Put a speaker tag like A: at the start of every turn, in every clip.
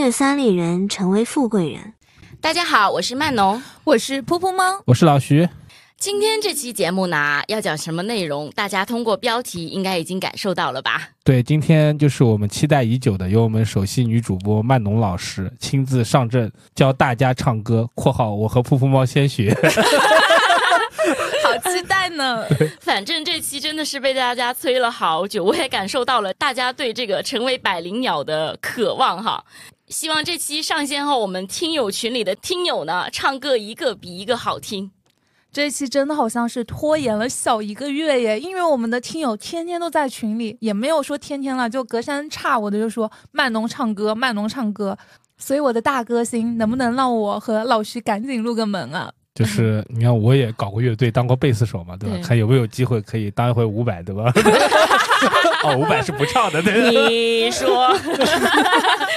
A: 越三里人成为富贵人。
B: 大家好，我是曼农，
C: 我是噗噗猫，
D: 我是老徐。
B: 今天这期节目呢，要讲什么内容？大家通过标题应该已经感受到了吧？
D: 对，今天就是我们期待已久的，由我们首席女主播曼农老师亲自上阵教大家唱歌（括号我和噗噗猫 先学
C: 好期待呢！
B: 反正这期真的是被大家催了好久，我也感受到了大家对这个成为百灵鸟的渴望哈。希望这期上线后，我们听友群里的听友呢，唱歌一个比一个好听。
C: 这一期真的好像是拖延了小一个月耶，因为我们的听友天天都在群里，也没有说天天了，就隔三差五的就说曼农唱歌，曼农唱歌。所以我的大歌星，能不能让我和老徐赶紧入个门啊？），
D: 就是你看我也搞过乐队，当过贝斯手嘛，对吧？
B: 对
D: 看有没有机会可以当一回伍佰，对吧？哦，伍佰是不唱的，对吧？
B: 你 说，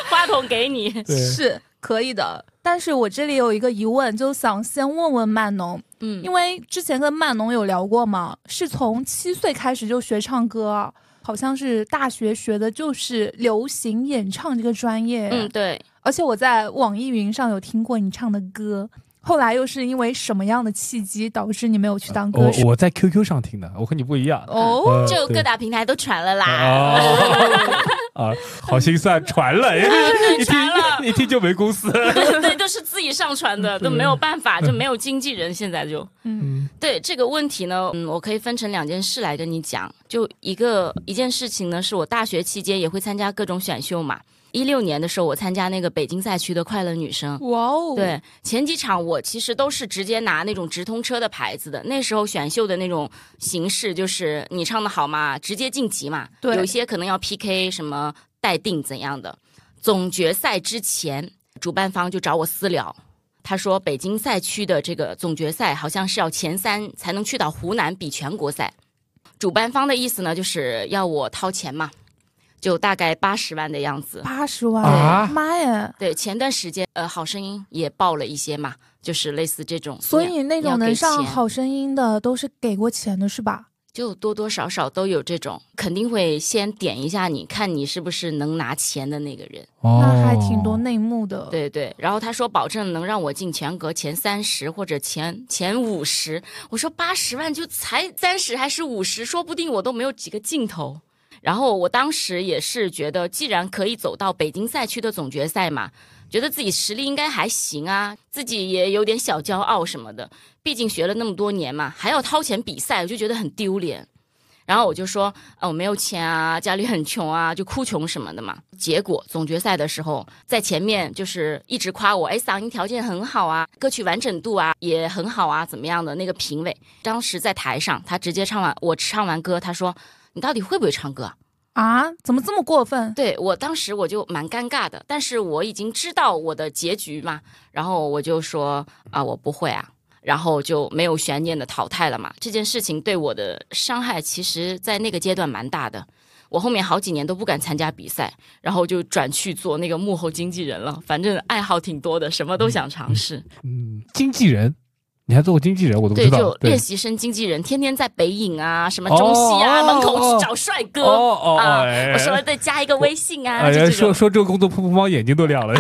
B: 话筒给你。
D: 对
C: 是可以的，但是我这里有一个疑问，就想先问问曼农，
B: 嗯，
C: 因为之前跟曼农有聊过嘛，是从七岁开始就学唱歌，好像是大学学的就是流行演唱这个专业。
B: 嗯，，对，
C: 而且我在网易云上有听过你唱的歌。后来又是因为什么样的契机导致你没有去当歌
D: 我
C: 手？
D: 我在 QQ 上听的，我和你不一样。
C: 哦，
D: 呃
B: 就
D: 对
B: 各大平台都传了啦。
D: 哦， 啊，好心酸，传了，一听
B: 传了
D: 一听就没公 司。
B: 对，都是自己上传的，都没有办法，就没有经纪人。现在就
C: 嗯，
B: 对这个问题呢，嗯，我可以分成两件事来跟你讲。就一个一件事情呢，是我大学期间也会参加各种选秀嘛。一六年的时候，我参加那个北京赛区的快乐女声。
C: 哇哦，，
B: 对，前几场我其实都是直接拿那种直通车的牌子的。那时候选秀的那种形式就是你唱的好嘛，直接晋级嘛。
C: 对
B: 有些可能要 PK 什么待定怎样的。总决赛之前，主办方就找我私聊，他说北京赛区的这个总决赛好像是要前三才能去到湖南比全国赛。主办方的意思呢，就是要我掏钱嘛，就大概八十万的样子。
C: 八十万，
D: 啊
C: 妈耶！
B: 对，前段时间呃，《好声音》也爆了一些嘛，就是类似这种，
C: 所
B: 你
C: 以那
B: 要
C: 种
B: 给
C: 能上
B: 钱
C: 好声音的都是给过钱的，是吧？
B: 就多多少少都有这种，肯定会先点一下你，看你是不是能拿钱的那个人。
D: 哦
C: 那还挺多内幕的。，
B: 对对，然后他说保证能让我进全国前三十或者前前五十，我说八十万就才三十还是五十，说不定我都没有几个镜头。然后我当时也是觉得，既然可以走到北京赛区的总决赛嘛，觉得自己实力应该还行啊，自己也有点小骄傲什么的，毕竟学了那么多年嘛，还要掏钱比赛，我就觉得很丢脸。然后我就说，呃，我没有钱啊，家里很穷啊，就哭穷什么的嘛。结果总决赛的时候，在前面就是一直夸我，哎，嗓音条件很好啊，歌曲完整度啊也很好啊，怎么样的那个评委，当时在台上，他直接唱完我唱完歌，他说你到底会不会唱歌啊？
C: 啊，怎么这么过分？
B: 对我当时我就蛮尴尬的，但是我已经知道我的结局嘛，然后我就说啊，我不会啊，然后就没有悬念的淘汰了嘛。这件事情对我的伤害，其实在那个阶段蛮大的。我后面好几年都不敢参加比赛，然后就转去做那个幕后经纪人了。反正爱好挺多的，什么都想尝试。
D: 嗯，经纪人，你还做过经纪人，我都不
B: 对，
D: 知
B: 就
D: 道。
B: 练习生经纪人，天天在北影啊、什么中戏啊、
D: 哦
B: 门口去找帅哥。
D: 哦哦
B: 啊
D: 哦，哎
B: 我说再加一个微信啊，
D: 哎
B: 就
D: 呀，
B: 这
D: 说
B: 种。
D: 说这个工作，噗噗猫眼睛都 亮了。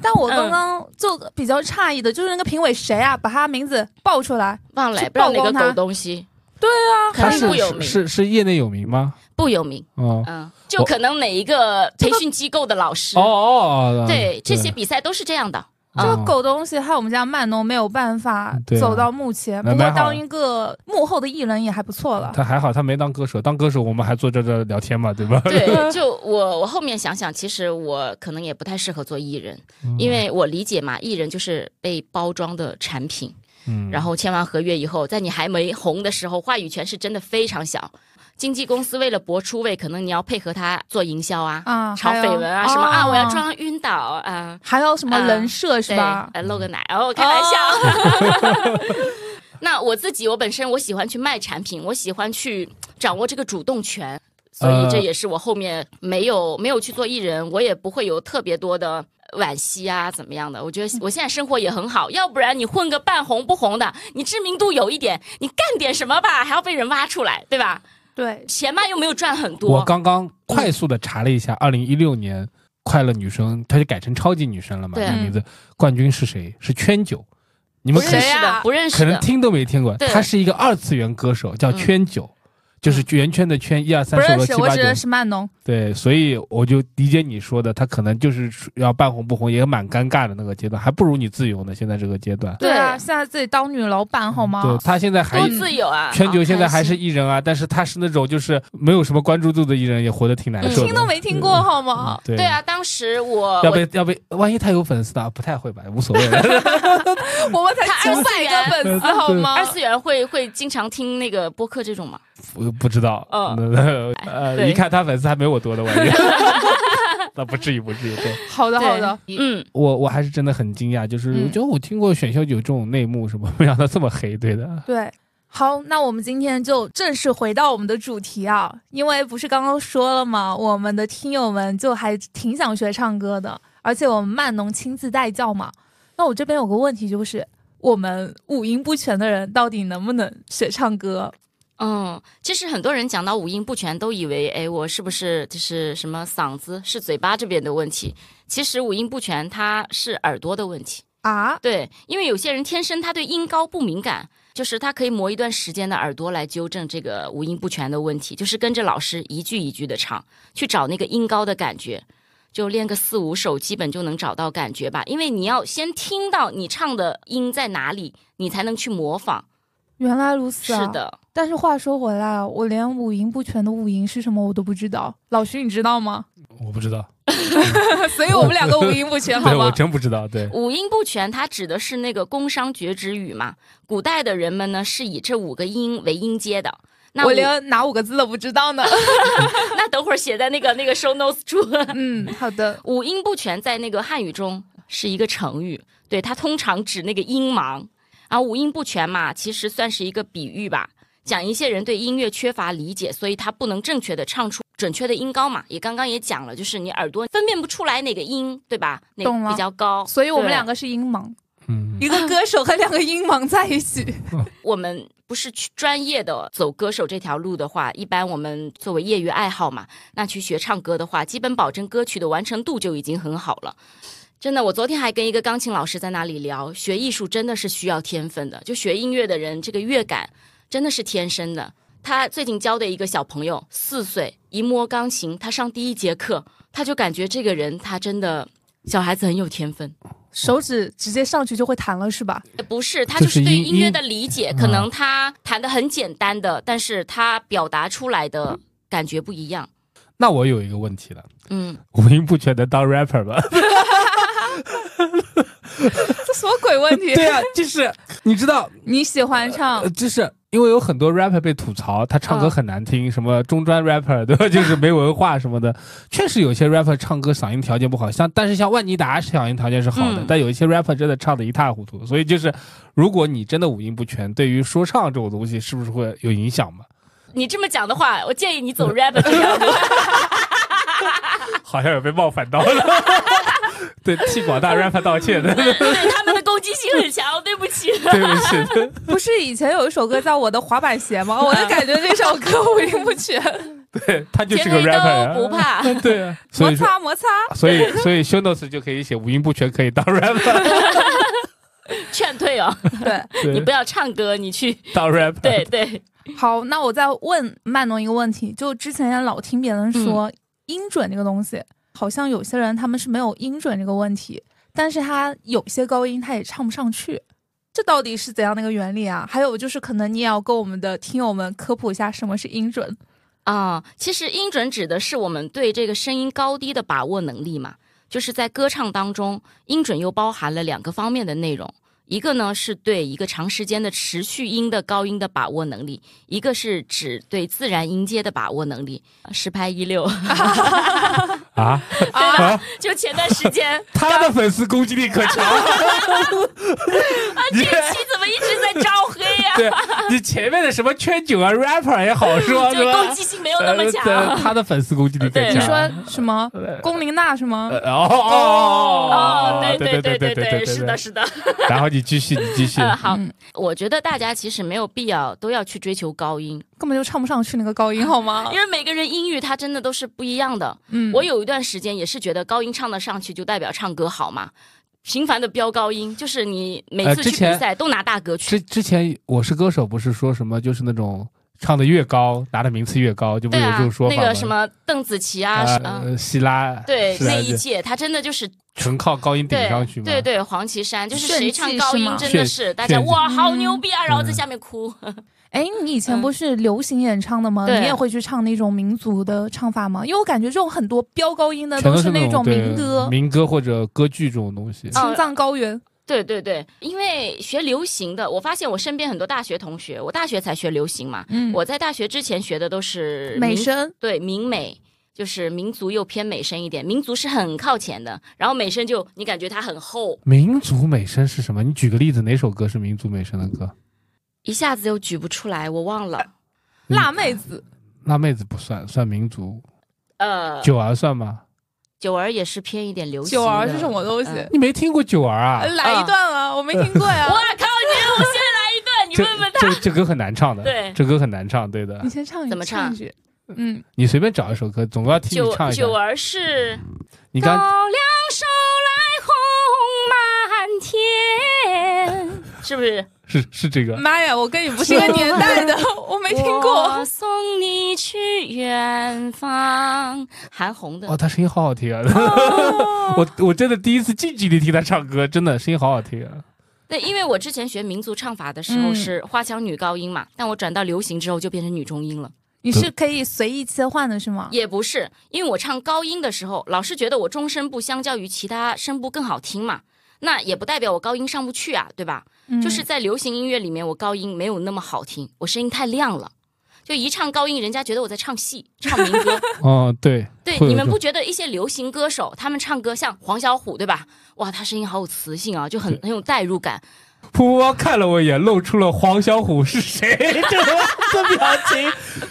C: 但我
B: 嗯
C: 刚刚就比较诧异的，就是那个评委谁啊，把他名字报出来，
B: 忘了
C: 去
B: 不知道
C: 曝
B: 哪个
C: 光他
B: 狗东西。
C: 对
B: 啊，可
D: 他
B: 能
D: 是
B: 不有
D: 是
B: 名，
D: 是是业内有名吗？
B: 不有名。
D: 哦
B: 嗯，就可能哪一个培训机构的老师
D: 哦，哦，哦
B: 对这些比赛都是这样的。
C: 嗯
B: 嗯
C: 这 个
D: 哦
C: 狗东西害我们家曼农没有办法
D: 对啊
C: 走到幕前。
D: 那
C: 不过
D: 蛮好
C: 当一个幕后的艺人也还不错了。
D: 他还好，他没当歌手，当歌手我们还坐这这聊天嘛，对吧？
B: 对，就我我后面想想，其实我可能也不太适合做艺人，
D: 嗯
C: 嗯
B: 因为我理解嘛，艺人就是被包装的产品。
D: 嗯，
B: 然后签完合约以后，在你还没红的时候，话语权是真的非常小。经纪公司为了博出位，可能你要配合他做营销啊，
C: 啊
B: 炒
C: 还有
B: 绯闻啊，什么啊，
C: 哦
B: 我要装晕倒啊，
C: 还有什么人设是
B: 对，
C: 吧？哦
B: 呃，露个奶哦，开玩笑。 那我自己，我本身我喜欢去卖产品，我喜欢去掌握这个主动权，所以
D: 呃
B: 这也是我后面没有没有去做艺人，我也不会有特别多的惋惜啊，怎么样的？我觉得我现在生活也很好，要不然你混个半红不红的，你知名度有一点，你干点什么吧，还要被人挖出来，对吧？
C: 对，
B: 钱嘛又没有赚很多，嗯
D: 我刚刚快速的查了一下，二零一六年快乐女生，她就改成超级女生了嘛，
B: 对
D: 那个名字冠军是谁？是圈九，你们
B: 不
D: 可
B: 认
D: 能
C: 谁
B: 识的
C: 呀，
B: 不认识
D: 可能
B: 的，
D: 听都没听过，
B: 对
D: 她是一个二次元歌手，叫
B: 嗯
D: 圈九。就是圆圈的圈，一二
C: 嗯不
D: 三，四
C: 认
D: 五六
C: 识，
D: 七
C: 我
D: 八
C: 只
D: 九，
C: 认识曼农。
D: 对，所以我就理解你说的，他可能就是要半红不红，也蛮尴尬的那个阶段，还不如你自由呢。现在这个阶段，
B: 对
C: 啊，现在自己当女老板好
D: 对
C: 吗？
D: 他现在还
B: 多自由啊！
D: 全球现在还
B: 好开
D: 是
B: 心
D: 艺人啊，但是他是那种就是没有什么关注度的艺人，也活得挺难受的。
C: 听都没听过好吗？
D: 对
B: 对啊，，当时我
D: 要
B: 我
D: 被要被，万一他有粉丝呢？不太会吧，无所谓。嗯
C: 我们才
B: 他
C: 九
B: 二次
C: 百
B: 元
C: 个粉丝好吗？
B: 二次元会会经常听那个播客这种嘛？
D: 我不知道，
B: 嗯
D: 呃 呃，
B: 对
D: 一看他粉丝还没我多的，我觉得那不至于，不至于。对，
C: 好的好的，
B: 对，嗯，
D: 我我还是真的很惊讶，就是
B: 嗯
D: 我觉得我听过选秀有这种内幕什么，没想到这么黑，对的。
C: 对。好，那我们今天就正式回到我们的主题啊，因为不是刚刚说了吗？我们的听友们就还挺想学唱歌的，而且我们曼农亲自带教嘛。那我这边有个问题就是，我们五音不全的人到底能不能学唱歌？
B: 嗯，其实很多人讲到五音不全，都以为哎，我是不是就是什么嗓子是嘴巴这边的问题？其实五音不全它是耳朵的问题。
C: 啊，
B: 对，因为有些人天生他对音高不敏感，就是他可以磨一段时间的耳朵来纠正这个五音不全的问题，就是跟着老师一句一句的唱，去找那个音高的感觉。就练个四五首，基本就能找到感觉吧。因为你要先听到你唱的音在哪里，你才能去模仿。
C: 原来如此
B: 是
C: 啊！。
B: 的，
C: 但是话说回来啊，我连五音不全的五音是什么我都不知道。老徐，你知道吗？
D: 我不知道，
C: 所以我们两个五音不 全，好
D: 对我
C: 吗？
D: 真不知道，对。
B: 五音不全，它指的是那个工商角徵羽嘛。古代的人们呢，是以这五个音为音阶的。那
C: 我
B: 五
C: 连哪五个字都不知道呢。
B: 那等会儿写在那个那个 show notes 处。
C: 嗯，好的。
B: 五音不全在那个汉语中是一个成语，对，它通常指那个音盲。啊，五音不全嘛，其实算是一个比喻吧，讲一些人对音乐缺乏理解，所以他不能正确的唱出准确的音高嘛。也刚刚也讲了，就是你耳朵分辨不出来哪个音，对吧？哪
C: 懂
B: 个
C: 了
B: 比较
D: 哦
B: 高？
C: 所以我们
B: 对
C: 两个是音盲，
D: 嗯，
C: 一个歌手和两个音盲在一起。
B: 我们不是去专业的走歌手这条路的话，一般我们作为业余爱好嘛，那去学唱歌的话，基本保证歌曲的完成度就已经很好了。真的，我昨天还跟一个钢琴老师在那里聊，学艺术真的是需要天分的，就学音乐的人，这个乐感真的是天生的。他最近教的一个小朋友，四岁，一摸钢琴，他上第一节课，他就感觉这个人他真的小孩子很有天分。
C: 手指直接上去就会弹了是吧？
B: 呃不是，他
D: 就
B: 就是是对
D: 音
B: 音乐
D: 音
B: 的理解，
D: 啊
B: 可能他弹的很简单的，但是他表达出来的感觉不一样。
D: 那我有一个问题了，
B: 嗯，
D: 五音不全能当 rapper 吗？
C: 这什么鬼问题？
D: 对啊，就是你知道，
C: 你喜欢唱
D: 呃，就是因为有很多 rapper 被吐槽，他唱歌
B: 嗯
D: 很难听，什么中专 rapper 对吧？就是没文化什么的。确实有些 rapper 唱歌嗓音条件不好，像但是像万妮达嗓音条件是好的，
B: 嗯
D: 但有一些 rapper 真的唱的一塌糊涂。所以就是，如果你真的五音不全，对于说唱这种东西是不是会有影响嘛？
B: 你这么讲的话，我建议你
D: 呃
B: 走 rap 这条路。
D: 好像有被冒犯到 了。对，替广大 rapper 道歉的，对
B: 对他们的攻击性很强，对不起。
D: 不起。
C: 不是以前有一首歌叫《我的滑板鞋》吗？我就感觉这首歌五音不全，
D: 对他就是
B: 天
D: 个
B: 黑
D: rapper，啊
B: 都不怕。
D: 对啊，所
C: 摩
D: 以说，
C: 擦摩擦。
D: 所以所以 show notes 就可以写五音不全可以当 rapper，
B: 劝退哦，
C: 对，
B: 你
D: 对
B: 不，要唱歌，你 去。
D: 当 rapper，
B: 对对，
C: 好，那我再问曼农一个问题，就之前也老听别
B: 嗯
C: 人说、音准这个东西，好像有些人他们是没有音准这个问题，但是他有些高音他也唱不上去，这到底是怎样的一个原理啊？还有就是，可能你也要跟我们的听友们科普一下什么是音准。
B: 啊、其实音准指的是我们对这个声音高低的把握能力嘛，就是在歌唱当中，音准又包含了两个方面的内容，一个呢是对一个长时间的持续音的高音的把握能力，一个是指对自然音阶的把握能力。十拍一溜，
D: 啊，
B: 啊，就前段时间
D: 他的粉丝攻击力可强了。你
B: 这期怎么们一直在招黑呀、
D: 对你前面的什么圈九啊、rapper 也好说，
B: 就是是攻
D: 吧？
B: 击性没有那么
D: 呃
B: 强。
D: 他的粉丝攻击力更
B: 对啊
C: 你
D: 强。
C: 说什么？
D: 呃
C: 龚琳娜是吗
D: 呃？哦哦
B: 哦，
D: 对
B: 对对
D: 对对，
B: 是的，。是的。
D: 然后你继续，你继续。
B: 嗯，好
C: 嗯，
B: 我觉得大家其实没有必要都要去追求高音，
C: 根本就唱不上去那个高音，好
D: 啊
C: 吗
B: 啊因？为每个人英语它真的都是不一样的。
C: 嗯，
B: 我有一段时间也是觉得高音唱得上去就代表唱歌好嘛，频繁的飙高音，就是你每
D: 呃
B: 次
D: 之
B: 去比
D: 前
B: 赛都拿大歌曲
D: 之。之前《我是歌手》不是说什么就是那种唱的越高，拿的名次越高，就不
B: 对
D: 是有
B: 啊
D: 这种，说法
B: 那
D: 吗？
B: 个什么邓紫棋啊，是啊
D: 呃，希拉
B: 对
D: 是啊
B: 那一
D: 就
B: 届，她真的就是
D: 纯靠高音顶
B: 对
D: 上去嘛。
B: 对对，黄绮珊就是
C: 炫
B: 谁
C: 技
B: 唱
C: 是
B: 高音
C: 吗
B: 真的
D: 炫
B: 是大家
D: 炫技
B: 哇好牛逼啊，然后在
D: 嗯
B: 下面哭。
C: 哎，你以前
B: 嗯
C: 不是流行演唱的吗？
B: 对
C: 你也会去唱那种民族的唱法吗？因为我感觉这种很多飙高音的
D: 全
C: 都
D: 都
C: 是
D: 那
C: 种
D: 对
C: 民歌，
D: 民歌或者歌剧这种东西。
B: 啊
C: 青藏高原。
B: 对对对，因为学流行的，我发现我身边很多大学同学，我大学才学流行嘛，
C: 嗯，
B: 我在大学之前学的都是
C: 美
B: 民，
C: 声
B: 对民美。就是民族又偏美声一点，民族是很靠前的，然后美声就你感觉它很厚，
D: 民族美声是什么？你举个例子，哪首歌是民族美声的歌？
B: 一下子又举不出来，我忘了。
D: 嗯
C: 辣妹子，
D: 辣妹子不算，算民族。
B: 呃，
D: 九儿算吗？
B: 九儿也是偏一点流行的。
C: 九儿是什么东西？
B: 嗯
D: 你没听过九儿啊？
C: 来一段啊，我没听过呀
B: 我。靠！你我先来一段，你
D: 这
B: 问问他
D: 这这歌很难唱的，
B: 对
D: 这歌很难唱，对的
C: 你。先唱一
B: 怎么
C: 唱一
B: 唱
C: 句？嗯，
D: 你随便找一首歌，总要听你
B: 九
D: 唱一下
B: 九。儿是
D: 你
B: 高
D: 刚
B: 粱手来红满天，是不是？
D: 是是这
B: 嗯
D: 个，
C: 妈呀，我跟你不是一个年代 的，我没听过。
B: 我送你去远方，韩红的。
D: 哦，他声音好好听啊！
B: 哦
D: 我我真的第一次近距离听他唱歌，真的声音好好听啊！
B: 对，因为我之前学民族唱法的时候
C: 嗯
B: 是花腔女高音嘛，但我转到流行之后就变成女中音了。
C: 你是可以随意切换的是吗？
B: 也不是，因为我唱高音的时候，老师觉得我中声部相较于其他声部更好听嘛，那也不代表我高音上不去啊，对吧？
C: 嗯
B: 就是在流行音乐里面，我高音没有那么好听，我声音太亮了。就一唱高音，人家觉得我在唱戏、唱民歌。
D: 哦，对，
B: 对，
D: 会有
B: 你们
D: 这种
B: 不觉得一些流行歌手他们唱歌像黄小琥对吧？哇，他声音好有磁性啊，就很
D: 对
B: 很有代入感。
D: 噗噗猫看了我一眼，露出了黄小琥是 谁这个表情。啊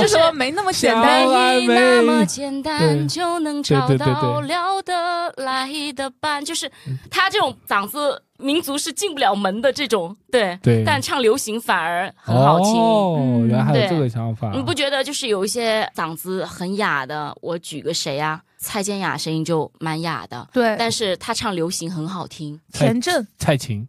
C: 是说没那么简
D: 当
C: 单
D: 想。然
B: 单一那么
D: 没
B: 简
D: 对
B: 单就能
D: 对
B: 找
D: 对对
B: 到
D: 对嗯
B: 聊得来的伴，就是他这种嗓子民族是进不了门的这种，对。
D: 对，
B: 但唱流行反而很好听。
D: 哦，
C: 嗯
D: 原来还有这
B: 对
D: 个想法。
B: 你不觉得就是有一些嗓子很哑的？我举个谁啊？蔡健雅声音就蛮哑的，
C: 对，
B: 但是她唱流行很好听。
C: 田震
D: 蔡琴，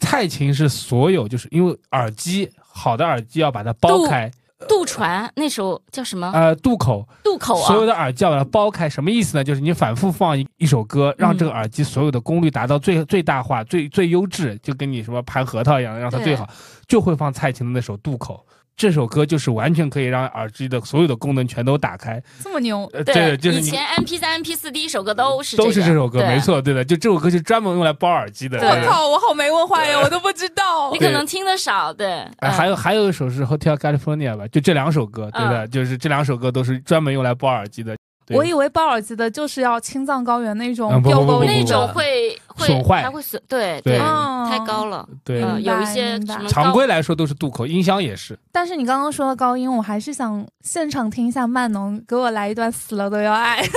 D: 蔡琴是所有就是因为耳机好的耳机要把它剥开，
B: 杜传那首叫什么？
D: 呃，渡口
B: 渡啊口
D: 所有
B: 啊，
D: 的耳机要把它剥开，什么意思呢？就是你反复放一一首
B: 嗯
D: 歌，让这个耳机所有的功率达到最最大化、最最优质，就跟你什么盘核桃一样，让它
B: 对
D: 最好，就会放蔡琴的那首《渡口》。这首歌就是完全可以让耳机的所有的功能全都打开，
C: 这么牛，
D: 呃，这个就是
B: 以
D: 你
B: 前 M P 三、M P 四第一首歌都是
D: 都是这首歌，
B: 对
D: 没。错，对的，就这首歌是专门用来包耳机的。
B: 对
C: 我靠，我好没文化呀，我都不知道
B: 你。可能听得少，对，
D: 哎，
B: 嗯
D: 还有还有一首是 Hotel California 吧，就这两首歌，对的，就是这两首歌都是专门用来包耳机的，对
C: 我以为包耳机的就是要青藏高原那种
D: 嗯不
C: 飙
D: 不不
C: 高
D: 不
C: 音
B: 那
D: 不
B: 种
C: 的
B: 会会
D: 损坏
B: 还会损，对
D: 对
C: 哦
B: 太高了。
D: 对。
B: 嗯，
C: 明白
B: 有一些
C: 明白
B: 什么
D: 常
B: 高
D: 规来说都是渡口，音箱也是。
C: 但是你刚刚说的高音，我还是想现场听一下曼农，给我来一段死了都要爱。
D: 哎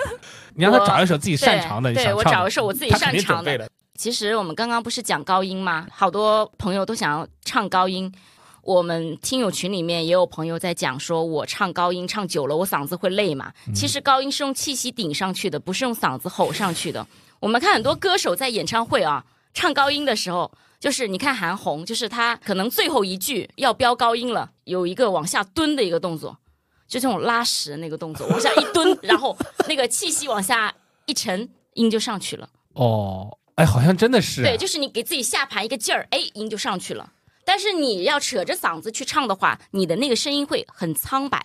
D: 你让他
B: 我
D: 找一首自己擅长的，你
B: 对
D: 想
B: 对我
D: 唱的
B: 找一首我自己
D: 他
B: 擅
D: 肯定准
B: 长
D: 备
B: 的
D: 了。
B: 其实我们刚刚不是讲高音吗？好多朋友都想要唱高音。我们听友群里面也有朋友在讲说，我唱高音唱久了，我嗓子会累嘛。其实高音是用气息顶上去的，不是用嗓子吼上去的。我们看很多歌手在演唱会啊，唱高音的时候，就是你看韩红，就是她可能最后一句要飙高音了，有一个往下蹲的一个动作，就这种拉屎的那个动作，往下一蹲，然后那个气息往下一沉，音就上去了。
D: 哦，哎，好像真的是啊。
B: 对，就是你给自己下盘一个劲儿，哎，音就上去了。但是你要扯着嗓子去唱的话，你的那个声音会很苍白。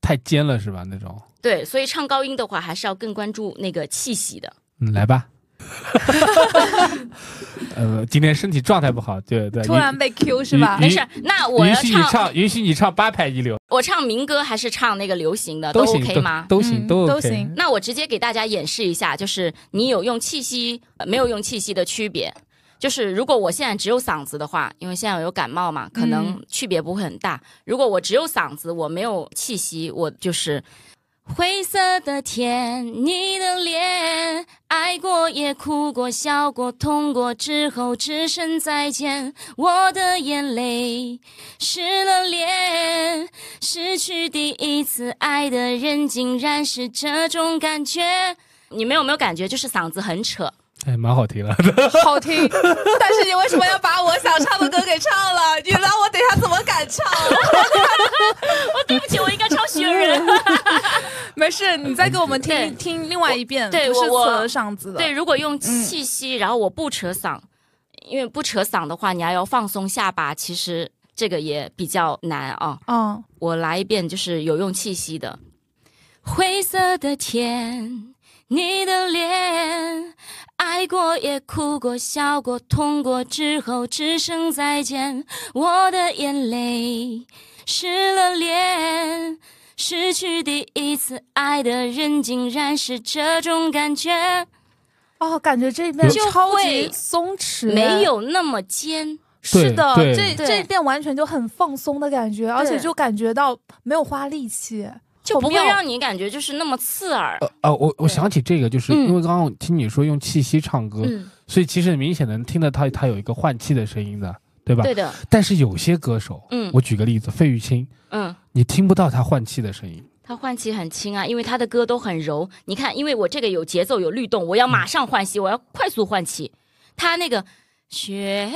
D: 太尖了是吧？那种，
B: 对，所以唱高音的话，还是要更关注那个气息的。
D: 嗯，来吧。 呃，今天身体状态不好，对对。
C: 突然被 Q 是
D: 你
C: 吧
D: 你？
B: 没事，那我
D: 允
B: 要
D: 许你唱，允许你唱八排一流
B: 我唱民歌还是唱那个流行的
D: 行，
B: OK 吗？
D: 都行，
C: 嗯
D: 都
C: 都
D: OK
C: 行。
B: 那我直接给大家演示一下，就是你有用气息、呃没有用气息的区别。就是如果我现在只有嗓子的话，因为现在我有感冒嘛，可能
C: 嗯
B: 区别不会很大。如果我只有嗓子，我没有气息，我就是灰色的天，你的脸，爱过也哭过，笑过，痛过之后，只剩再见。我的眼泪湿了脸，失去第一次爱的人，竟然是这种感觉。你们有没有感觉，就是嗓子很 扯？
D: 哎，蛮好听了。
C: 好听，但是你为什么要把我想唱的歌给唱了？你让我等一下怎么 敢唱？
B: 对不起，我应该唱雪人。
C: 没事，你再给我们
B: 对
C: 听听另外一遍，
B: 对
C: 不是
B: 我我
C: 扯嗓子的。
B: 对，，如果用气息，然后我不扯嗓，因为不扯嗓的话，你还要放松下巴，其实这个也比较难啊。
C: 嗯，
B: 我来一遍，就是有用气息的。灰色的天，你的脸，爱过也哭过，笑过，痛过之后，只剩再见。我的眼泪湿了脸，失去第一次爱的人，竟然是这种感觉。
C: 哦，感觉这一遍
B: 就
C: 超级
B: 会
C: 松弛，
B: 没。有那么尖。
C: 是的，
D: 对
C: 这
B: 对
C: 这一遍完全就很放松的感觉，而且就感觉到没有花力气，
B: 就不
C: 好
B: 会
C: 妙
B: 让你感觉就是那么刺耳。
D: 呃呃，我我想起这个，就是
B: 嗯
D: 因为刚刚我听你说用气息唱歌，
B: 嗯，
D: 所以其实明显能听得到它有一个换气的声音的，对吧？
B: 对的，
D: 但是有些歌手，
B: 嗯
D: 我举个例子，费玉清，
B: 嗯，
D: 你听不到他换气的声音，
B: 他换气很轻啊，因为他的歌都很柔。你看，因为我这个有节奏有律动，我要马上换气，我要快速换气。他那个雪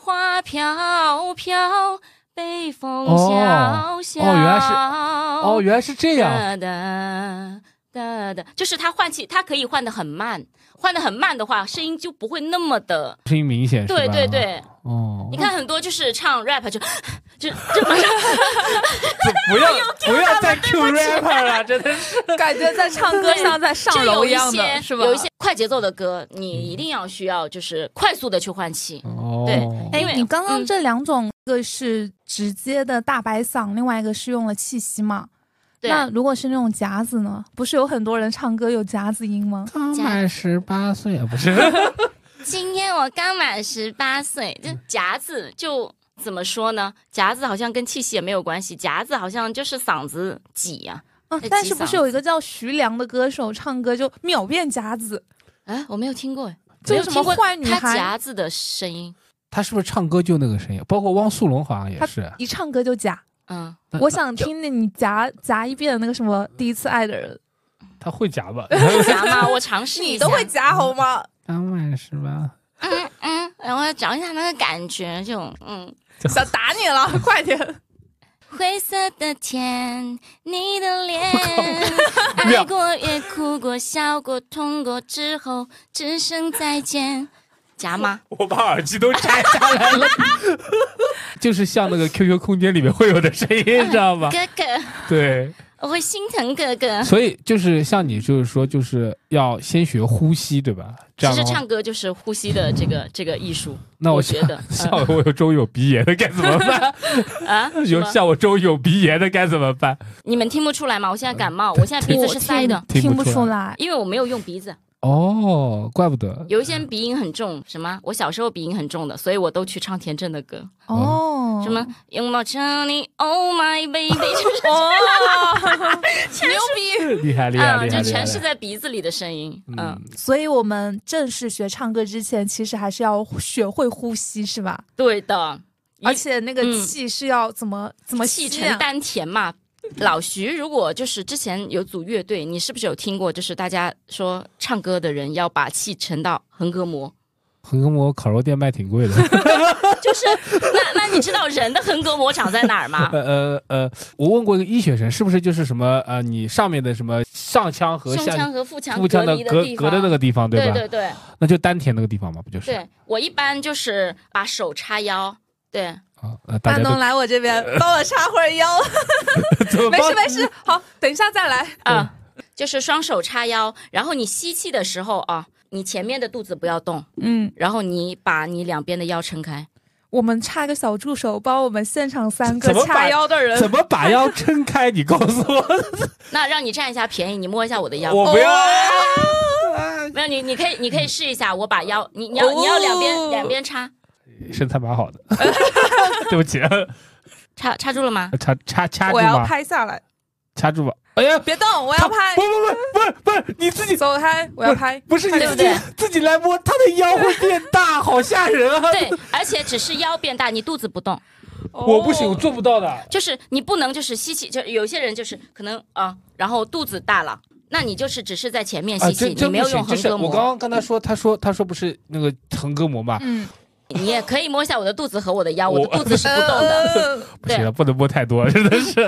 B: 花飘飘，北风
D: 哦
B: 萧
D: 哦
B: 萧。
D: 原来是哦，原来是这样。
B: 哒哒哒哒，就是他换气，他可以换的很慢，换的很慢的话，声音就不会那么的。
D: 声音明显是吧？
B: 对对对，
D: 哦，
B: 你看很多就是唱 rap 就 就 就马上
D: 不要不要再 Q rapper 了，真的是。
C: 感觉在唱歌像在上
B: 就
C: 楼
B: 有一
C: 样
B: 些
C: 的，是吧？嗯
B: 有一些快节奏的歌，你一定要需要就是快速的去换气。
D: 哦，
B: 对因
C: 哎，
B: 为
C: 你刚刚
B: 嗯
C: 这两种，一个是直接的大白嗓，另外一个是用了气息嘛？
B: 对，
C: 那如果是那种夹子呢？不是有很多人唱歌有夹子音吗？
D: 刚满十八岁啊，不是？
B: 今天我刚满十八岁，这夹子就怎么说呢？夹子好像跟气息也没有关系，夹子好像就是嗓子挤呀、
C: 啊
B: 在，
C: 但
B: 挤
C: 是不
B: 嗓
C: 是有一个叫徐良的歌手唱歌就秒变夹子？
B: 啊。哎，我没有听过，哎
C: 这
B: 没有
C: 是什么
B: 听过
C: 坏女
B: 他
C: 孩
B: 夹子的声音，
D: 他是不是唱歌就那个声音？包括汪苏泷好像也
C: 他
D: 是。
C: 一唱歌就夹。
B: 嗯，
D: 那
C: 我想听那你夹夹一遍那个什么第一次爱的人，
D: 他会夹吧？
B: 夹吗？我尝试一下。
C: 夹好吗？
D: 刚满十八，
B: 嗯嗯，然后找一下那个感觉，就嗯。
C: 想打你了，快点！
B: 灰色的天，你的脸，
D: 妙
B: 爱过也哭过，笑过，痛过之后，只剩再见。夹吗？
D: 我把耳机都摘下来了， 就是像那个 QQ 空间里面会有的声音，你知道吗？
B: 哥哥，
D: 对，
B: 我会心疼哥哥。
D: 所以就是像你就是说，就是要先学呼吸，对吧？
B: 其
D: 这样
B: 实
D: 的话
B: 唱歌就是呼吸的这个这个艺术。
D: 那我
B: 我
D: 下
B: 觉 得嗯
D: 像我有周有鼻炎的该怎么办？
B: 啊，是
D: 有
B: 吗
D: 像我周有鼻炎的该怎么办？
B: 你们听不出来吗？我现在感冒，我现在鼻子是塞的，
D: 听
C: 听
D: 不
C: 不
D: 出
C: 出来。
B: 因为我没有用鼻子。
D: 哦，怪不得
B: 有一些人鼻音很重，什么？我小时候鼻音很重的，所以我都去唱田震的歌，
C: 哦，
B: 什么拥抱着你，Oh my baby，就是
C: 哦，牛逼！
D: 厉害厉害
B: 啊，
D: 厉害
B: 就
D: 厉害
B: 全！是在鼻子里的声音，嗯
D: 嗯，，
C: 所以我们正式学唱歌之前，其实还是要学会呼吸，是吧？
B: 对的，
C: 而且那个
B: 嗯
C: 气是要怎么怎么
B: 气
C: 吸啊
B: 沉丹田嘛。老徐，如果就是之前有组乐队，你是不是有听过？就是大家说唱歌的人要把气沉到横膈膜，
D: 横膈膜烤肉店卖挺贵的，
B: 就是那那你知道人的横膈膜长在哪儿吗？
D: 呃呃呃，我问过一个医学生，是不是就是什么呃，你上面的什么上腔 和
B: 胸腔
D: 下
B: 和腹腔
D: 腹腔
B: 隔
D: 的
B: 离
D: 隔
B: 地
D: 隔
B: 方，
D: 的那个地方，
B: 对
D: 吧？
B: 对对
D: 那就丹田那个地方嘛，不就是？
B: 对，我一般就是把手叉腰，对，
D: 啊，呃，大
C: 马
D: 家
C: 东
D: 都呃
C: 来我这边帮我插会儿腰，
D: 怎么
C: 没
D: 办
C: 事没事，好，等一下再来。
D: 嗯
B: 啊，就是双手叉腰，然后你吸气的时候啊，你前面的肚子不要动，
C: 嗯，
B: 然后你把你两边的腰撑开，
C: 我们插一个小助手，帮我们现场三个
D: 怎么把
C: 叉腰的人
D: 怎么把腰撑开？你告诉我，
B: 那让你占一下便宜，你摸一下我的腰。
D: 我不要。啊
B: 没有你，你可以，你可以试一下，我把腰，你你要你要两
D: 哦
B: 边两边插
D: 身材蛮好的。 对不起，
B: 插插住了吗？
D: 掐掐掐住
E: 我
D: 啊
E: 要
D: 吧，
E: 拍下来，
D: 掐住吧。哎呀，
E: 别动，我要拍
D: 不，不不不不，你自己
E: 走开，我要拍，
D: 不是你
B: 对不
D: 自己
B: 对
D: 自己来摸，他的腰会变大，好吓人啊！
B: 对，而且只是腰变大，你肚子不动，
D: 我不行，我
E: 哦
D: 做不到的。
B: 就是你不能就是吸气，就有些人就是可能啊、然后肚子大了，那你就是只是在前面
D: 啊，
B: 吸气，
D: 真
B: 你
D: 真
B: 没
D: 不
B: 有用
D: 行，
B: 横
D: 就是
B: 膈
D: 我
B: 膜，
D: 刚刚跟他说，他说他说不是那个横膈膜嘛，
C: 嗯，
B: 你也可以摸一下我的肚子和我的腰，
D: 我
B: 我的肚子是不动的。
E: 呃，
D: 不行了，啊不能摸太多，真的是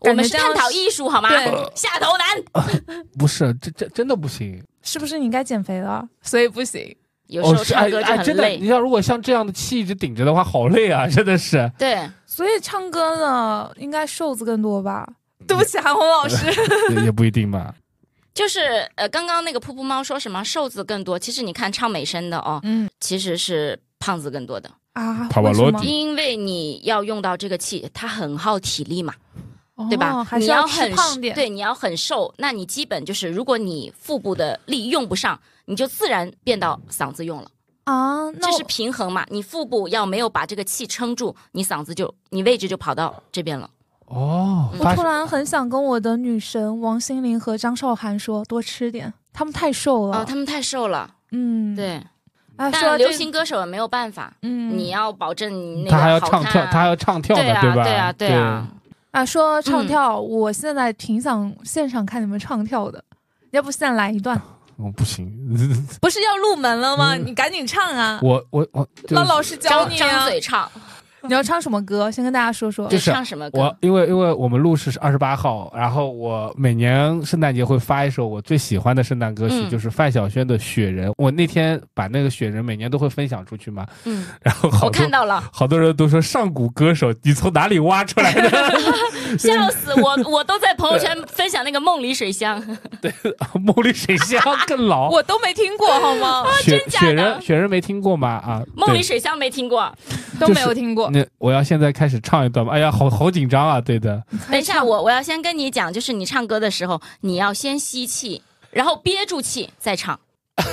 B: 我
C: 感
B: 们是
C: 觉这样
B: 探讨艺术好吗
C: 对？
D: 呃
B: 下头男
D: 不是，这这真的不行。
C: 是不是你该减肥了？
E: 所以不行，
B: 有时
D: 哦，
B: 候
D: 是
B: 唱
D: 哎
B: 歌就
D: 哎，
B: 很
D: 真的，
B: 累，
D: 你要如果像这样的气一直顶着的话，好累啊，真 的是。
B: 对，
C: 所以唱歌呢，应该瘦子更多吧？
D: 嗯
E: 对不起，
C: 啊
E: 韩红老师，
D: 也也不一定吧。
B: 就是呃，刚刚那个噗噗猫说什么瘦子更多，其实你看唱美声的哦，
C: 嗯
B: 其实是胖子更多的，
C: 啊，
D: 帕瓦
C: 为什么
D: 罗蒂
B: 因为你要用到这个气，它很耗体力嘛，
C: 哦
B: 对吧？
C: 还
B: 你
C: 是吃
B: 很
C: 胖点，
B: 对，你要很瘦，那你基本就是，如果你腹部的力用不上，你就自然变到嗓子用了，
C: 啊，那
B: 这
C: 我
B: 是平衡嘛？你腹部要没有把这个气撑住，你嗓子就你位置就跑到这边了。
D: 哦，
B: 嗯
D: 发
C: 我突然很想跟我的女神王心凌和张韶涵说，多吃点，她们太瘦了。
B: 哦，他们太瘦了，
C: 嗯，，
B: 对。
C: 哎，说到
B: 但流
C: 这个，
B: 行歌手也没有办法，
C: 嗯，
B: 你要保证你那个
D: 他还要
B: 好
D: 唱
B: 看
D: 跳，
B: 啊
D: 他还要唱跳
B: 对
D: 呢，
B: 啊，
D: 吧？
B: 对啊，对啊。
C: 啊，说到唱
B: 嗯
C: 跳，我现在挺想现场看你们唱跳的，要不现在来一 段？
D: 我不行，
E: 不是要入门了吗？
D: 嗯
E: 你赶紧唱啊，
D: 我我我，就
E: 让
D: 是
E: 老师教
B: 张
E: 你
B: 张
E: 啊，
B: 嘴唱，
C: 你要唱什么歌？先跟大家说说
D: 就。
B: 你
D: 是
B: 唱什么
D: 我
B: 歌？
D: 因为因为我们录是二十八号，然后我每年圣诞节会发一首我最喜欢的圣诞歌曲，
B: 嗯
D: 就是范晓萱的《雪人》。我那天把那个《雪人》每年都会分享出去嘛，
B: 嗯，
D: 然后好
B: 我
D: 多
B: 看到 了，
D: 好多人都说上古歌手，你从哪里挖出来的
B: 笑死我！我都在朋友圈分享那个梦里水 乡，
D: 梦里水乡更老？
E: 我都没听过好吗？
D: 雪
B: 哦真假的
D: 雪人雪人没听过吗？啊，
B: 梦里
D: 对
B: 水乡没听过。
E: 都
D: 就
E: 没有
D: 是
E: 听过，
D: 那我要现在开始唱一段吗？哎呀，好好紧张啊！对的，
B: 等一下， 我我要先跟你讲，就是你唱歌的时候，你要先吸气，然后憋住气再唱，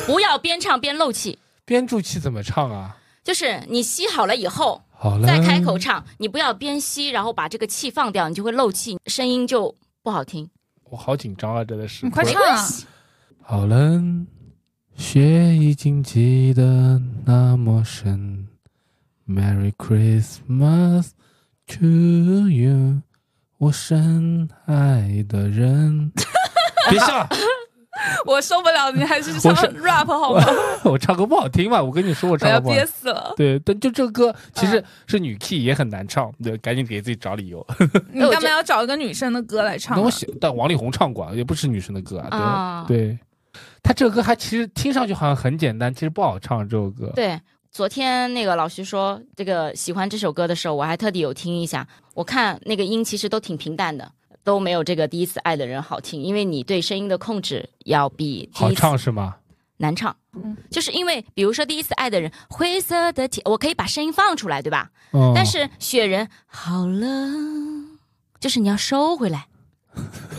B: 不要边唱边漏气。
D: 编助器怎么唱啊？
B: 就是你吸好了以后
D: 好了，
B: 再开口唱，你不要边吸，然后把这个气放掉，你就会漏气，声音就不好听。
D: 我好紧张啊，真的是。
C: 你快
D: 突
C: 唱
D: 然
C: 啊！
D: 好冷，雪已经积得那么深。Merry Christmas to you，我深爱的人。 别笑，
E: 我受不了，你还是
D: 我
E: 唱
D: 是
E: rap 好吗？
D: 我唱歌不好听嘛，我跟你说我
E: 我
D: 唱
E: 要
D: 歌不好
E: 憋
D: 听。
E: 死 了，
D: 对，但就这个歌其
B: 嗯
D: 实是女 key 也很难唱，对，赶紧给自己找理由。
E: 你
B: 哎我
E: 干
B: 这
E: 嘛要找一个女生的歌来唱
D: 那
E: 啊？
D: 我喜，但王力宏唱过啊，也不是女生的歌啊，
B: 啊，
D: 对，对。他这个歌还其实听上去好像很简单，其实不好唱这首歌。
B: 对，昨天那个老徐说这个喜欢这首歌的时候，我还特地有听一下。我看那个音其实都挺平淡的，都没有这个第一次爱的人好听，因为你对声音的控制要比第
D: 好
B: 一次
D: 唱是吗？
B: 难唱。就是因为比如说第一次爱的人，灰色的天，我可以把声音放出来，对吧？
D: 嗯
B: 但是雪人好了，就是你要收回来。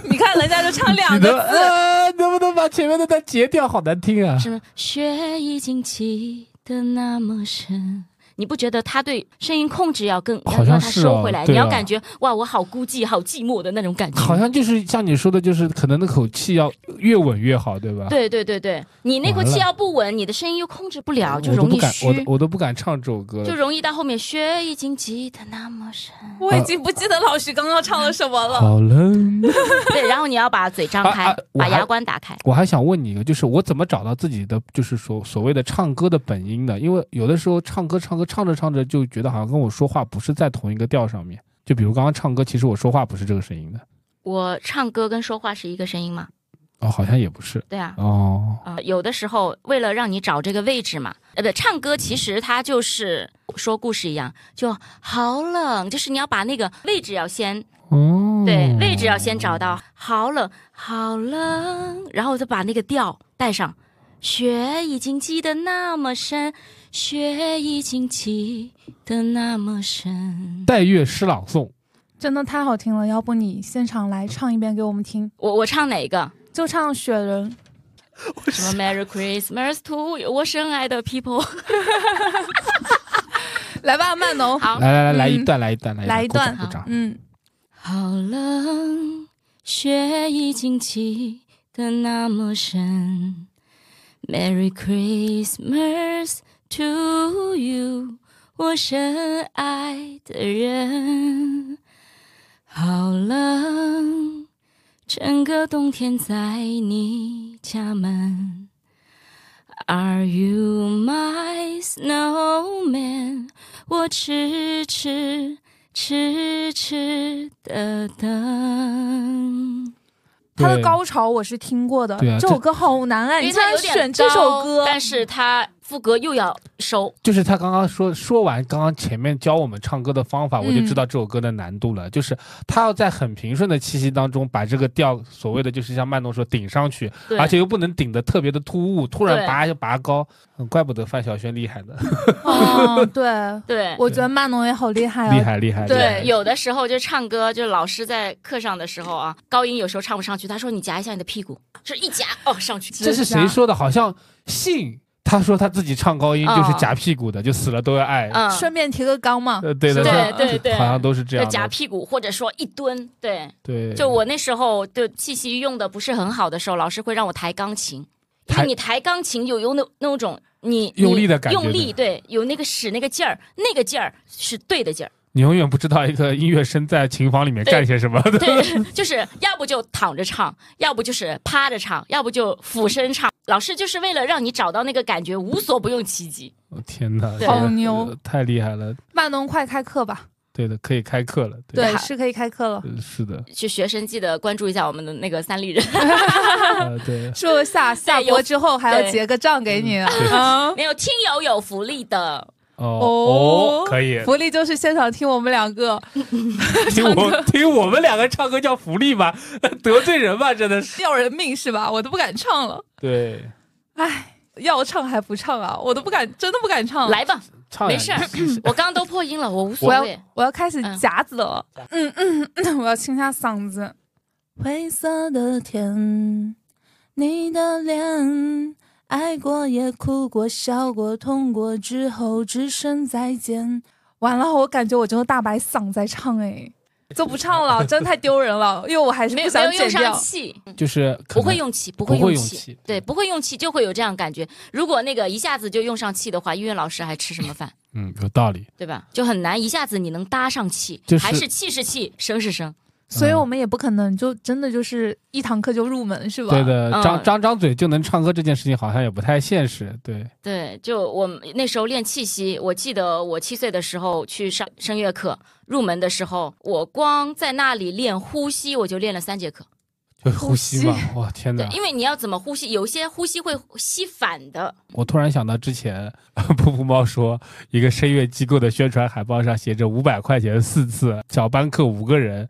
E: 你看人家就唱两
D: 你
E: 个
D: 能
E: 字，
D: 呃，能不能把前面的单截掉？好难听啊！
B: 什么雪已经积得那么深，你不觉得他对声音控制要更要
D: 好像
B: 让他
D: 是哦
B: 收回来？
D: 对
B: 你要
D: 啊
B: 感觉哇，我好孤寂、好寂寞的那种感觉。
D: 好像就是像你说的，就是可能那口气要越稳越好，对吧？，
B: 对对对对，你那口
D: 完了
B: 气要不稳，你的声音又控制不了，啊就
D: 我都
B: 容
D: 不
B: 易
D: 敢，我都
B: 虚，
D: 我都不敢唱这首歌
B: 就
D: 了。
B: 容易到后面雪已经积得那么深。
E: 我已经不记得老徐刚刚唱了什么了。
D: 好冷。
B: 对，然后你要把嘴张
D: 啊 啊
B: 开，
D: 我
B: 把
D: 还
B: 牙关打开。
D: 我还想问你一个，就是我怎么找到自己的，就是所所谓的唱歌的本音的？因为有的时候唱歌唱歌唱着唱着就觉得好像跟我说话不是在同一个调上面。就比如刚刚唱歌，其实我说话不是这个声音的，
B: 我唱歌跟说话是一个声音吗？
D: 哦，好像也不是
B: 对啊。
D: 哦。
B: 啊、有的时候为了让你找这个位置嘛，呃，不，唱歌其实它就是说故事一样，就好冷，就是你要把那个位置要先
D: 哦，
B: 对位置要先找到，好冷，好冷，然后再把那个调带上。雪已经积得那么深，雪已经积得那么深。
D: 带乐诗朗诵，
C: 真的太好听了，要不你现场来唱一遍给我们听，
B: 我我唱哪个？
C: 就唱《雪人》。
B: 什么 Merry Christmas to you，我深爱的 people。
C: 来吧，曼农，
B: 好，
D: 来来来，来
C: 嗯
D: 一段，来一段，
C: 来
D: 一
C: 一
D: 段
C: 段
D: 鼓掌，鼓掌。
C: 嗯，
B: 好冷，雪已经积得那么深。Merry Christmas to you，我深爱的人。好冷，整个冬天在你家门。Are you my snowman？我痴痴痴痴的等。
C: 他的
D: 对
C: 高潮我是听过的，
D: 对啊
C: 这首歌好难啊！
B: 因
C: 你
B: 为
C: 竟
B: 它
C: 然
B: 有点
C: 选这首
B: 高
C: 歌，
B: 但是它副歌又要收，
D: 就是他刚刚说说完，刚刚前面教我们唱歌的方法，我就
C: 嗯
D: 知道这首歌的难度了。就是他要在很平顺的气息当中，把这个调所谓的就是像慢动说顶上去，
B: 对，
D: 而且又不能顶得特别的突兀，突然
B: 对
D: 拔就拔高，嗯怪不得范晓萱厉 害呢，
C: 哦，对，
B: 对。
C: 我觉得曼农也好厉害啊，
D: 厉害厉害。厉害
B: 对，有的时候就唱歌，就老师在课上的时候啊，高音有时候唱不上去，他说你夹一下你的屁股，这一夹哦上去，
D: 这是谁说的？好像信他说他自己唱高音就是夹屁股的，就死了都要爱。
B: 嗯，
C: 顺便提个纲嘛，
D: 呃，对的，
B: 对
D: 他
B: 对对
D: 好像都是
B: 就
D: 这样
B: 夹
D: 的。
B: 屁股或者说一蹲，对，
D: 对，
B: 就我那时候就气息用的不是很好的时候，老师会让我抬钢琴，因
D: 抬
B: 为你抬钢琴有有那那种你
D: 用力
B: 你
D: 的感觉
B: 用力
D: 的
B: 对，有那个使那个劲儿，那个劲儿是对的劲儿，
D: 你永远不知道一个音乐生在琴房 里面干些什么的。
B: 对，就是要不就躺着唱，要不就是趴着唱，要不就俯身唱。老师就是为了让你找到那个感觉，无所不用其极。
D: 我天哪，
B: 对
C: 好牛！
D: 太厉害了。
C: 曼农快开课吧，
D: 对的，可以开课了。对
C: 对，
B: 好
C: 是可以开课了，，
D: 呃 是的，
B: 去学生记得关注一下我们的那个三立人，
D: 呃，对
C: 说下下
B: 有
C: 播之后还要
B: 对
C: 结个账给你啊。
D: 嗯对
E: 嗯
C: 啊
B: 没有听友有福利的，
D: 哦哦，可以
C: 福利就是现场听我们两个，
D: 听我听我们两个唱歌叫福利吧，得罪人吧，真的是。
C: 要人命是吧？我都不敢唱了，
D: 对，
C: 唉，要唱还不唱啊？我都不敢，真的不敢唱。，
B: 来吧，
D: 唱
B: 没
D: 两
B: 事
D: 句
B: 儿， 我刚刚都破音了，我无所
C: 我要
B: 谓。
C: 我要开始
B: 嗯
C: 夹子了。嗯嗯嗯，我要清下嗓子。灰色的天，你的脸，爱过也哭过，笑过，痛过，之后只剩再见。完了，我感觉我真的大白嗓在唱哎，就不唱 了，真的太丢人了，因为我还是
B: 没
C: 不
B: 有没
C: 想
B: 有
C: 剪
B: 用上
C: 掉。
B: 气，
D: 就是可
B: 不
D: 能
B: 会用气，不
D: 不
B: 会
D: 会
B: 用
D: 用
B: 气，
D: 气
B: 对，不会用气就会有这样感觉。如果那个一下子就用上气的话，音乐老师还吃什么 饭，
D: 嗯，有道理。
B: 对吧？就很难一下子你能搭上气，
D: 就是
B: 还是气是气，声是声。
C: 所
D: 嗯
C: 以我们也不可能就真的就是一堂课就入门是吧？
D: 对的，
B: 嗯
D: 张张张嘴就能唱歌这件事情好像也不太现实。对，
B: 对，就我们那时候练气息，我记得我七岁的时候去上声乐课，入门的时候，我光在那里练呼吸，我就练了三节课。
D: 就呼吸嘛
C: 呼，
D: 哇天
B: 对
D: 哪，！
B: 因为你要怎么呼吸，有些呼吸会吸反的，
D: 我突然想到之前噗噗猫说，一个声乐机构的宣传海报上写着五百块钱四次，小班课五个人。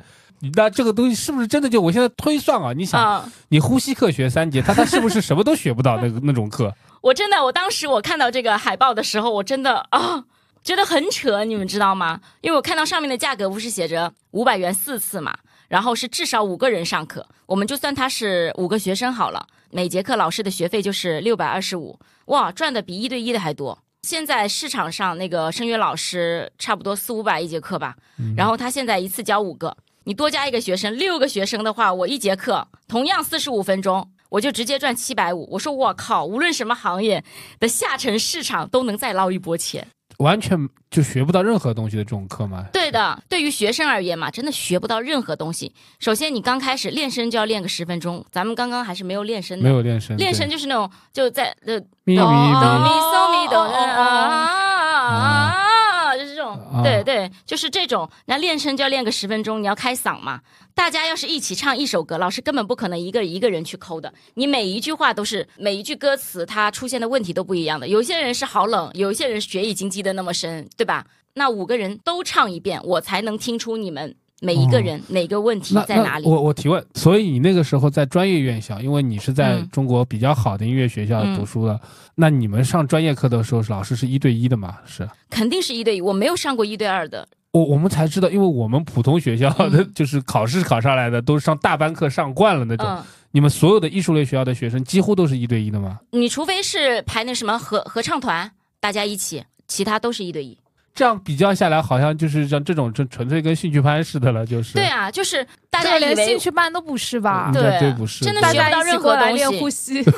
D: 那这个东西是不是真的？就我现在推算啊，你想，
B: 啊、
D: 你呼吸课学三节，他他是不是什么都学不到那个那种课？
B: 我真的，我当时我看到这个海报的时候，我真的啊、觉得很扯，你们知道吗？因为我看到上面的价格不是写着五百元四次嘛，然后是至少五个人上课，我们就算他是五个学生好了，每节课老师的学费就是六百二十五，哇，赚的比一对一的还多。现在市场上那个声乐老师差不多四五百一节课吧，然后他现在一次教五个，你多加一个学生，六个学生的话，我一节课同样四十五分钟，我就直接赚七百五。我说我靠，无论什么行业的下沉市场都能再捞一波钱。
D: 完全就学不到任何东西的这种课 吗？
B: 对的，对于学生而言嘛，真的学不到任何东西。首先，你刚开始练身就要练个十分钟，咱们刚刚还是没有练身
D: 没
B: 的。
D: 有练声，
B: 练身
D: 就
B: 就是那种就在呃哆
D: 咪咪
B: 哆
D: 咪
B: 咪嗦咪哆
C: 哦哦哦
B: 啊，就是这种
D: 啊，
B: 对对，就是这种。那练声就要练个十分钟，你要开嗓嘛。大家要是一起唱一首歌，老师根本不可能一个一个人去抠的。你每一句话都是每一句歌词，它出现的问题都不一样的。有些人是好冷，有些人学已经记得那么深，对吧？那五个人都唱一遍，我才能听出你们每一个人哪个问题
D: 那
B: 在哪
D: 那
B: 里。
D: 我我提问，所以你那个时候在专业院校，因为你是在
B: 嗯
D: 中国比较好的音乐学校
B: 嗯
D: 读书的，那你们上专业课的时候，老师是一对一的嘛？是
B: 肯定是一对一，我没有上过一对二的
D: 我我们才知道，因为我们普通学校的
B: 嗯
D: 就是考试考上来的，都是上大班课上惯了那种。
B: 嗯，
D: 你们所有的艺术类学校的学生几乎都是一对一的吗？
B: 你除非是排那什么合合唱团，大家一起，其他都是一对一。
D: 这样比较下来，好像就是像这种纯纯粹跟兴趣班似的了，就是
B: 对啊，就是大
C: 这
B: 家
C: 个
B: 以
C: 连
B: 为
C: 兴趣班都不是吧
D: 嗯？应该
B: 对
D: 真不是
B: 真的
C: 大
D: 对
B: 学不
C: 家
B: 到
C: 一起
B: 任何
C: 过来
B: 东
C: 练呼
B: 西，
C: 吸，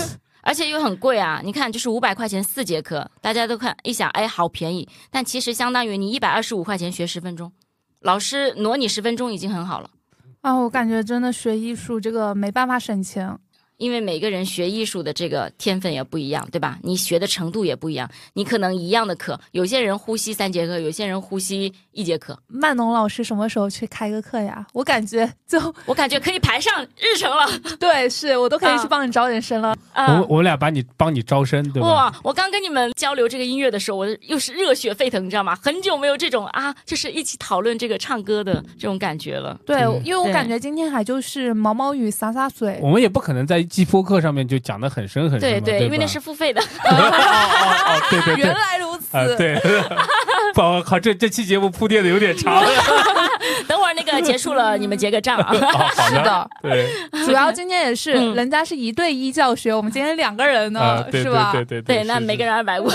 B: 而且又很贵啊！你看，就是五百块钱四节课，大家都看一想，哎，好便宜，但其实相当于你一百二十五块钱学十分钟，老师挪你十分钟已经很好了。
C: 啊，我感觉真的学艺术这个没办法省钱。
B: 因为每个人学艺术的这个天分也不一样，对吧？你学的程度也不一样，你可能一样的课，有些人呼吸三节课，有些人呼吸一节课，
C: 曼农老师什么时候去开个课呀？我感觉就
B: 我感觉可以排上日程了。
C: 对，是我都可以去
B: 啊
C: 帮你招点生了。
B: 啊
D: 我们我们俩把你帮你招生，对吧？
B: 哇！我刚跟你们交流这个音乐的时候，我又是热血沸腾，你知道吗？很久没有这种啊，就是一起讨论这个唱歌的这种感觉了。
C: 对
D: 嗯，
C: 因为我
B: 对
C: 感觉今天还就是毛毛雨洒洒水
D: 我，们也不可能在季播课上面就讲的很深很深
B: 对
D: 嘛，对吧，
B: 因为那是付费的。
D: 哦哦哦，对对对，
E: 原
D: 啊、
E: 来如此，
D: 对， 我靠，这这期节目铺垫的有点长了，
B: 等会儿那个结束了，你们结个账啊。
D: 哦、好
C: 是的，
D: 对，
C: 主要今天也是
B: 嗯
C: 人家是一对一教学，我们今天两个人
D: 啊、
C: 呢，
D: 对
C: 是
D: 对
C: 吧
D: 对？对
B: 对，那每个
D: 人，
B: 人二百五。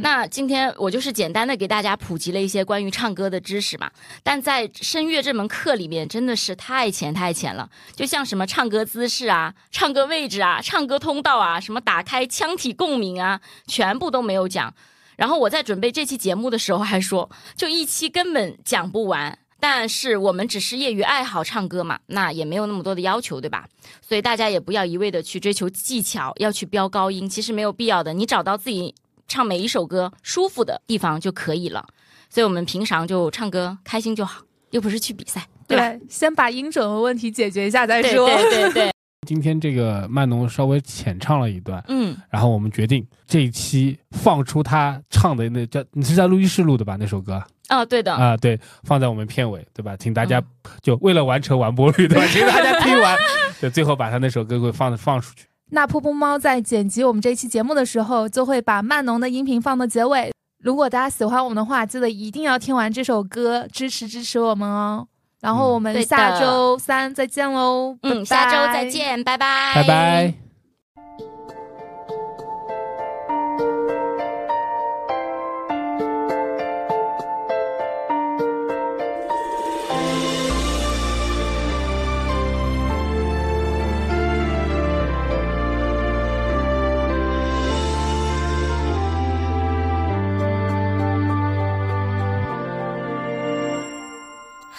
B: 那今天我就是简单的给大家普及了一些关于唱歌的知识嘛，但在声乐这门课里面真的是太浅太浅了，就像什么唱歌姿势啊、唱歌位置啊、唱歌通道啊、什么打开腔体共鸣啊，全部都没有讲。然后我在准备这期节目的时候还说，就一期根本讲不完。但是我们只是业余爱好唱歌嘛，那也没有那么多的要求，对吧？所以大家也不要一味的去追求技巧，要去飙高音，其实没有必要的。你找到自己唱每一首歌舒服的地方就可以了。所以我们平常就唱歌开心就好，又不是去比赛，对吧？
C: 对，先把音准的问题解决一下再
B: 对
C: 说。
B: 对对对，
D: 今天这个曼农稍微浅唱了一段，
B: 嗯，
D: 然后我们决定这一期放出他唱的那叫你是在录音室录的吧？那首歌啊、
B: 哦，对的，
D: 对，放在我们片尾，对吧？请大家、就为了完成完播率，对吧？请大家听完，对，最后把他那首歌给放放出去。
C: 那噗噗猫在剪辑我们这期节目的时候，就会把曼农的音频放到结尾。如果大家喜欢我们的话，记得一定要听完这首歌，支持支持我们哦。然后我
B: 嗯
C: 们
B: 对的
C: 下周三再见喽，
B: 嗯，
C: 拜拜
B: 下周再。见，拜拜，
D: 拜拜。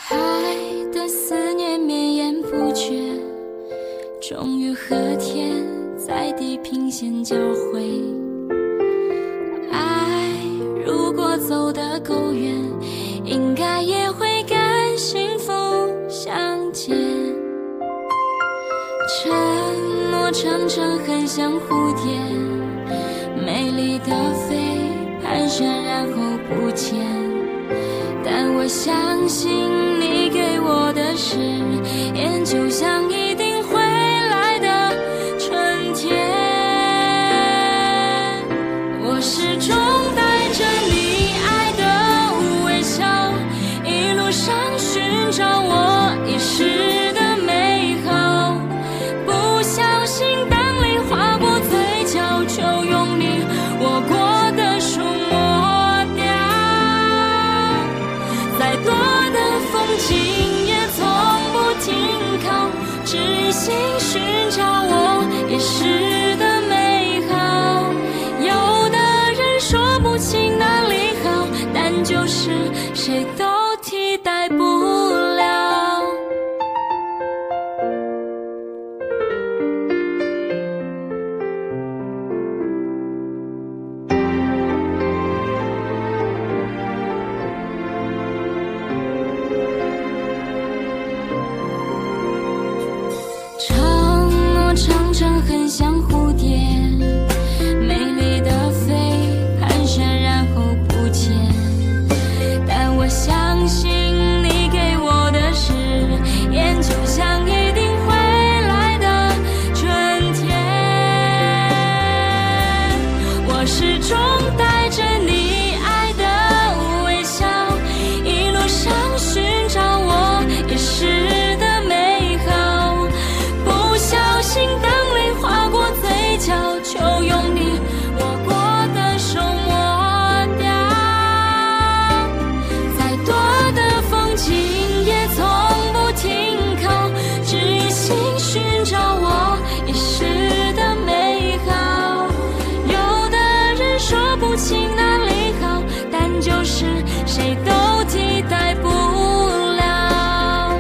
F: 海的思念绵延不绝，终于和天在地平线交汇。爱如果走得够远，应该也会跟幸福相见。承诺常常很像蝴蝶，美丽的飞，盘旋然后不见。但我相信你给我的誓言，就像一定会来的春天。我始终带着你爱的微笑，一路上寻找我遗失的美好。不小心，当泪划过嘴角，就用你握过的手抹掉。再多的风景也从不停靠，只心寻找我遗失的美好。有的人说不清哪里好，但就是谁都替代不了。承诺常常很像蝴我一时的美好。有的人说不清哪里好，但就是谁都替代不了。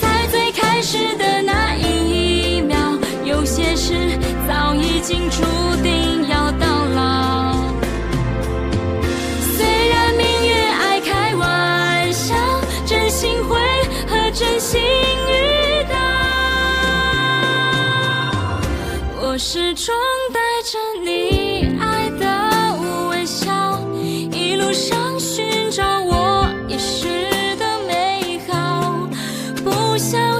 F: 在最开始的那一秒，有些事早已经注定要到老。虽然命运爱开玩笑，真心会和真心遇到。我始终带着你爱的微笑，一路上寻找我遗失的美好。不想